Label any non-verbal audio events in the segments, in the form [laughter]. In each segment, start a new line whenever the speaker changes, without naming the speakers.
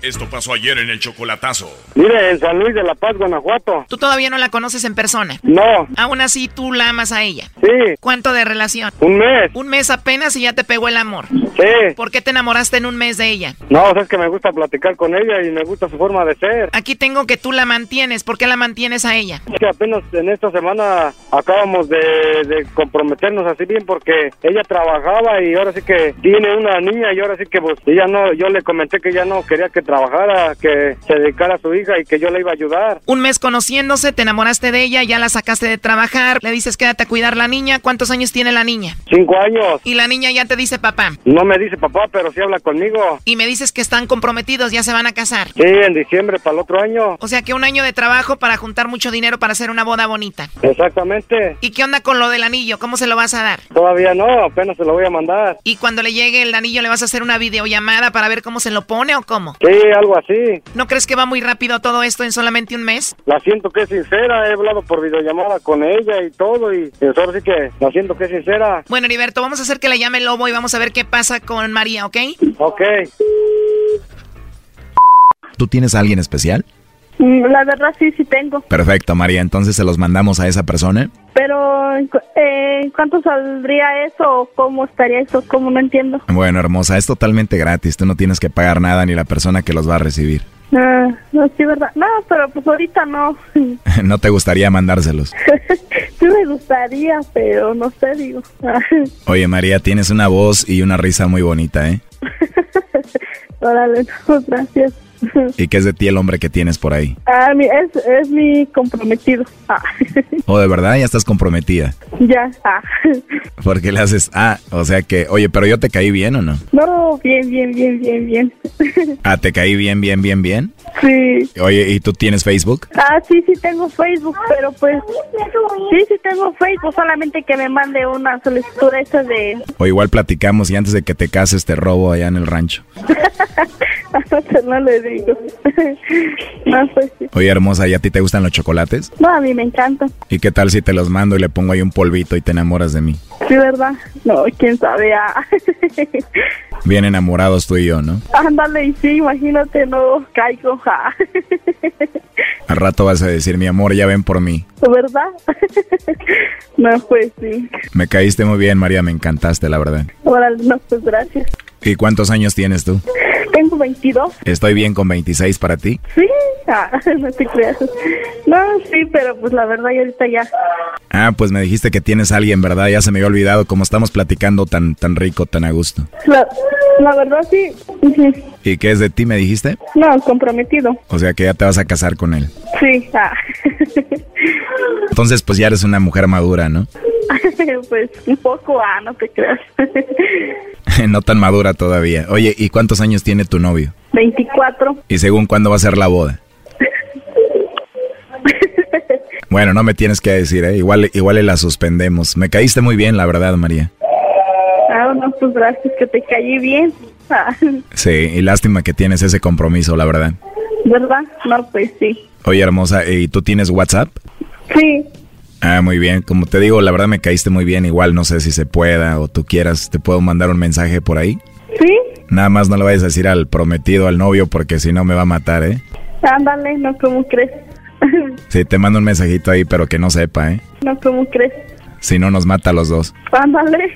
Esto pasó ayer en el chocolatazo.
Mire, en San Luis de la Paz, Guanajuato.
¿Tú todavía no la conoces en persona?
No.
Aún así, tú la amas a ella.
Sí.
¿Cuánto de relación?
Un mes.
Un mes apenas y ya te pegó el amor.
Sí.
¿Por qué te enamoraste en un mes de ella?
No, es que me gusta platicar con ella y me gusta su forma de ser.
Aquí tengo que tú la mantienes. ¿Por qué la mantienes a ella?
Es que apenas en esta semana acabamos de, de comprometernos así bien porque ella trabajaba y ahora sí que tiene una niña y ahora sí que pues ella no, yo le comenté que ya no quería que trabajara, que se dedicara a su hija y que yo le iba a ayudar.
Un mes conociéndose, te enamoraste de ella, ya la sacaste de trabajar, le dices quédate a cuidar la niña. ¿Cuántos años tiene la niña?
Cinco años.
Y la niña ya te dice papá.
No me dice papá, pero sí habla conmigo.
Y me dices que están comprometidos, ya se van a casar.
Sí, en diciembre para el otro año.
O sea que un año de trabajo para juntar mucho dinero para hacer una boda bonita.
Exactamente.
¿Y qué onda con lo del anillo? ¿Cómo se lo vas a dar?
Todavía no, apenas se lo voy a mandar.
¿Y cuando le llegue el anillo le vas a hacer una videollamada para ver cómo se lo pone o cómo?
Sí, algo así.
¿No crees que va muy rápido todo esto en solamente un mes?
La siento que es sincera, he hablado por videollamada con ella y todo, y eso sí que la siento que es sincera.
Bueno, Heriberto, vamos a hacer que le llame Lobo y vamos a ver qué pasa con María, ¿ok?
Ok.
¿Tú tienes a alguien especial?
Mm, La verdad sí, sí tengo.
Perfecto, María. Entonces se los mandamos a esa persona.
Pero, eh, ¿cuánto saldría eso? ¿Cómo estaría eso? ¿Cómo no entiendo?
Bueno, hermosa, es totalmente gratis. Tú no tienes que pagar nada ni la persona que los va a recibir. [laughs]
Ah, no, sí, verdad. No, pero pues ahorita no. [laughs]
¿No te gustaría mandárselos?
sí me gustaría, pero no sé, digo. [laughs]
Oye, María, tienes una voz y una risa muy bonita, ¿eh?
Órale, no, gracias. [laughs]
¿Y qué es de ti el hombre que tienes por ahí?
Ah, mi, es, es mi comprometido. Ah. [laughs]
¿O de verdad ya estás comprometida?
Ya. Ah. [laughs]
¿Por qué le haces ah? O sea que, oye, pero yo te caí bien o no?
No, bien, bien, bien, bien, bien. [laughs]
Ah, ¿te caí bien, bien, bien, bien?
Sí.
Oye, ¿y tú tienes Facebook?
Ah, sí, sí tengo Facebook, pero pues... Sí, sí tengo Facebook, solamente que me mande una solicitud esa de...
O igual platicamos y antes de que te cases te robo allá en el rancho.
no le digo. [laughs] no, pues sí.
Oye, hermosa, ¿y a ti te gustan los chocolates?
No, a mí me encantan.
¿Y qué tal si te los mando y le pongo ahí un polvito y te enamoras de mí?
Sí, ¿verdad? No, quién sabe. Ah. [laughs]
Bien enamorados tú y yo, ¿no?
Ándale, y sí, imagínate, no caigo. Ah. [laughs]
Al rato vas a decir, mi amor, ya ven por mí.
¿Verdad? [laughs] no, pues sí.
Me caíste muy bien, María, me encantaste, la verdad.
Órale, no, pues gracias.
¿Y cuántos años tienes tú?
Tengo 22.
¿Estoy bien con 26 para ti?
Sí, ah, [laughs] no te creas. No, sí, pero pues la verdad yo ahorita ya.
Ah, pues me dijiste que tienes a alguien, ¿verdad? Ya se me había olvidado como estamos platicando tan tan rico, tan a gusto.
La, la verdad sí. Uh -huh.
¿Y qué es de ti, me dijiste?
No, comprometido.
O sea que ya te vas a casar con él.
Sí, ah. [laughs]
Entonces pues ya eres una mujer madura, ¿no? [laughs]
[laughs] pues un poco, ah, no te creas. [laughs]
no tan madura todavía. Oye, ¿y cuántos años tiene tu novio?
24.
¿Y según cuándo va a ser la boda? bueno, no me tienes que decir, ¿eh? Igual, igual la suspendemos. Me caíste muy bien, la verdad, María.
Ah, no, pues gracias, que te caí bien. Ah.
sí, y lástima que tienes ese compromiso, la verdad.
¿Verdad? No, pues sí.
Oye, hermosa, ¿y tú tienes WhatsApp?
Sí.
Ah, muy bien. Como te digo, la verdad me caíste muy bien. Igual no sé si se pueda o tú quieras. ¿Te puedo mandar un mensaje por ahí?
Sí.
Nada más no le vayas a decir al prometido, al novio, porque si no me va a matar, ¿eh?
Ándale, no, ¿cómo crees? [laughs]
sí, te mando un mensajito ahí, pero que no sepa, ¿eh?
No, ¿cómo crees?
Si no, nos mata a los dos.
Ándale.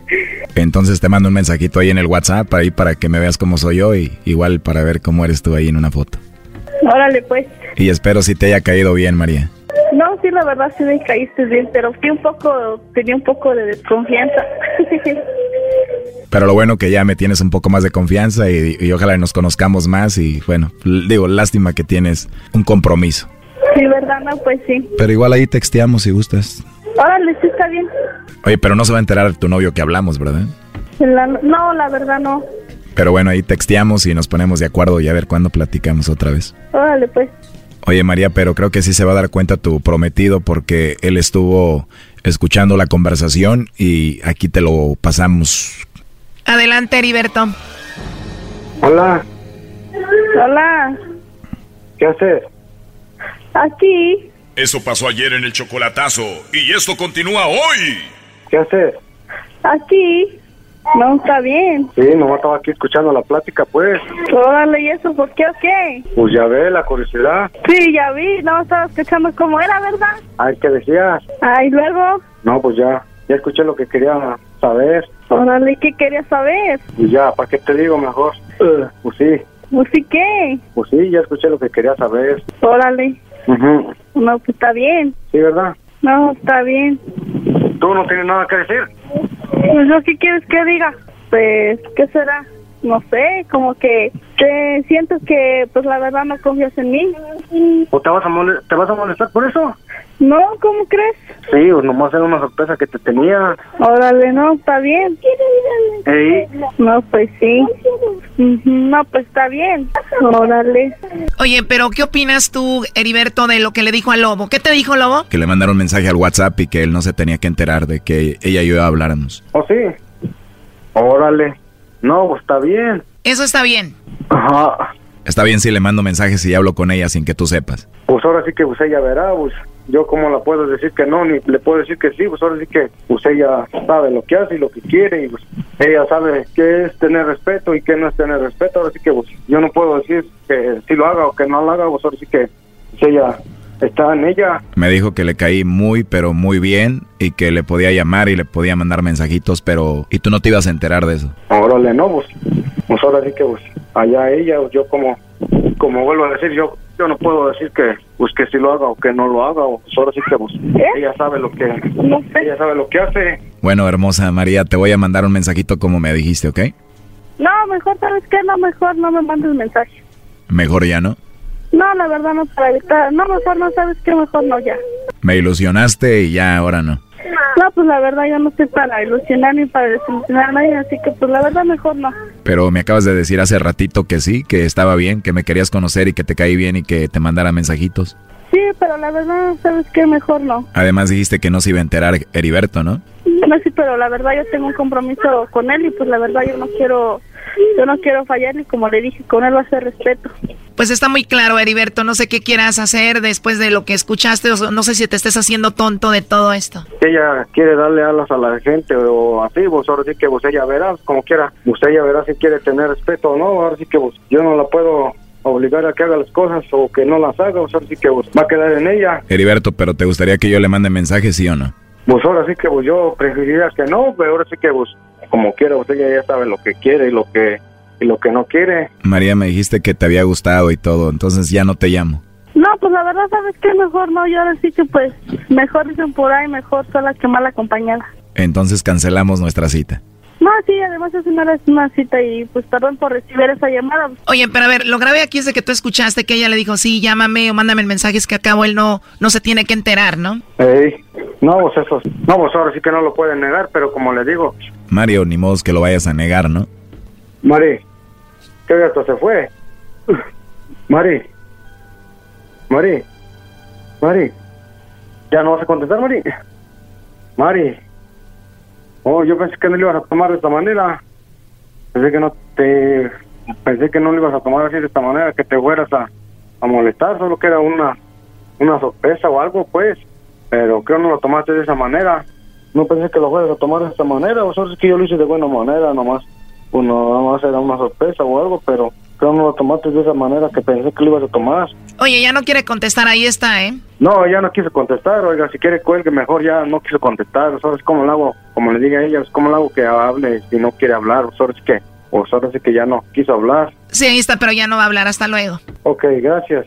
[laughs]
Entonces te mando un mensajito ahí en el WhatsApp, ahí para que me veas cómo soy yo y igual para ver cómo eres tú ahí en una foto.
Órale, pues.
Y espero si te haya caído bien, María.
No, sí, la verdad sí me caíste bien, pero fui un poco, tenía un poco de desconfianza. [laughs]
Pero lo bueno que ya me tienes un poco más de confianza y, y ojalá nos conozcamos más y bueno, digo, lástima que tienes un compromiso.
Sí, verdad, no, pues sí.
Pero igual ahí texteamos si gustas.
Órale, sí está bien.
Oye, pero no se va a enterar tu novio que hablamos, ¿verdad?
La, no, la verdad no.
Pero bueno, ahí texteamos y nos ponemos de acuerdo y a ver cuándo platicamos otra vez.
Órale, pues.
Oye María, pero creo que sí se va a dar cuenta tu prometido porque él estuvo escuchando la conversación y aquí te lo pasamos.
Adelante, Heriberto.
Hola,
Hola.
¿qué haces?
Aquí.
Eso pasó ayer en el chocolatazo y esto continúa hoy.
¿Qué haces?
Aquí. No, está bien.
Sí, nomás estaba aquí escuchando la plática, pues.
Órale, ¿y eso por qué o qué?
Pues ya ve la curiosidad.
Sí, ya vi. No, estaba escuchando cómo era, ¿verdad?
Ay, ¿qué decías?
Ay, luego.
No, pues ya, ya escuché lo que quería saber.
Órale, ¿qué querías saber?
Pues ya, ¿para qué te digo mejor? Eh, Pues sí,
Pues sí, ¿qué?
pues sí, ya escuché lo que quería saber.
Órale.
Ujú.
No, pues está bien.
Sí, ¿verdad?
No, está bien.
¿Tú no tienes nada que decir?
Pues yo, ¿qué quieres que diga? Pues, ¿qué será? No sé, como que te siento que, pues la verdad no confías en mí.
¿O te vas a, mole- te vas a molestar por eso?
No, ¿cómo crees?
Sí, pues nomás era una sorpresa que te tenía.
Órale, no, está bien.
Ey,
No, pues sí. Ujú, No, pues está bien. Órale.
Oye, pero ¿qué opinas tú, Heriberto, de lo que le dijo al lobo? ¿Qué te dijo lobo?
Que le mandaron un mensaje al WhatsApp y que él no se tenía que enterar de que ella y yo habláramos.
¿o sí? Órale. No, pues está bien.
Eso está bien.
Ajá.
Está bien si le mando mensajes y hablo con ella sin que tú sepas.
Pues ahora sí que pues ella verá, pues yo como la puedo decir que no, ni le puedo decir que sí, pues ahora sí que pues ella sabe lo que hace y lo que quiere y pues ella sabe qué es tener respeto y qué no es tener respeto, ahora sí que pues yo no puedo decir que si lo haga o que no lo haga, pues ahora sí que pues, ella está en ella.
Me dijo que le caí muy, pero muy bien y que le podía llamar y le podía mandar mensajitos, pero... Y tú no te ibas a enterar de eso.
Órale, no, pues, pues ahora sí que pues allá ella, pues, yo como como vuelvo a decir, yo yo no puedo decir que pues que si lo haga o que no lo haga, pues ahora sí que pues ella sabe lo que
No sé.
ella sabe lo que hace.
Bueno, hermosa María, te voy a mandar un mensajito como me dijiste, ¿ok?
No, mejor, ¿sabes qué? No, mejor no me mandes mensaje.
Mejor ya, ¿no?
No, la verdad no para evitar. No, mejor no, ¿sabes qué? Mejor no ya.
Me ilusionaste y ya ahora no.
No, pues la verdad yo no estoy para ilusionar ni para desilusionar a nadie, así que pues la verdad mejor no.
Pero me acabas de decir hace ratito que sí, que estaba bien, que me querías conocer y que te caí bien y que te mandara mensajitos.
Sí, pero la verdad, ¿sabes qué? Mejor no.
Además dijiste que no se iba a enterar Heriberto, ¿no?
No, sí, pero la verdad yo tengo un compromiso con él y pues la verdad yo no quiero, yo no quiero fallarle, como le dije, con él va a ser respeto.
Pues está muy claro, Heriberto. No sé qué quieras hacer después de lo que escuchaste. o No sé si te estés haciendo tonto de todo esto.
ella quiere darle alas a la gente o así, vos ahora sí que vos ella verá, como quiera, vos ella verá si quiere tener respeto o no, ahora sí que vos, yo no la puedo obligar a que haga las cosas o que no las haga, vos ahora sí que vos va a quedar en ella,
Heriberto, pero ¿te gustaría que yo le mande mensajes, sí o no?
vos Pues ahora sí que vos yo preferiría que no, pero ahora sí que vos, como quiera, vos ella ya sabe lo que quiere y lo que y lo que no quiere,
María, me dijiste que te había gustado y todo, entonces ya no te llamo.
No, pues la verdad, ¿sabes qué? Mejor no, yo ahora sí que pues mejor dicen por ahí, mejor sola que mal acompañada.
Entonces cancelamos nuestra cita.
No, sí, además es una, es una cita y pues perdón por recibir esa llamada.
Oye, pero a ver, lo grave aquí es de que tú escuchaste que ella le dijo, sí, llámame o mándame el mensaje, es que acabo él no, no se tiene que enterar, ¿no?
Ey, no vos eso, no vos ahora sí que no lo pueden negar, pero como le digo,
Mario, ni modo que lo vayas a negar, ¿no?
Mari, ¿qué gato se fue? [laughs] Mari, Mari, Mari, ¿ya no vas a contestar, Mari? Mari, oh, yo pensé que no le ibas a tomar de esta manera. Pensé que no te. Pensé que no le ibas a tomar así de esta manera, que te fueras a, a molestar, solo que era una, una sorpresa o algo, pues. Pero creo no lo tomaste de esa manera. No pensé que lo fueras a tomar de esta manera, o solo es que yo lo hice de buena manera nomás pues no, nada más era una sorpresa o algo, pero creo no lo tomaste de esa manera que pensé que lo ibas a tomar.
Oye, ya no quiere contestar, ahí está, ¿eh?
No, ella no quiso contestar, oiga, si quiere cuelgue mejor, ya no quiso contestar, ¿sabes cómo le hago? Como le diga a ella, es como le hago que hable si no quiere hablar, ¿sabes que O ahora sí que ya no quiso hablar.
Sí, ahí está, pero ya no va a hablar, hasta luego.
Ok, gracias.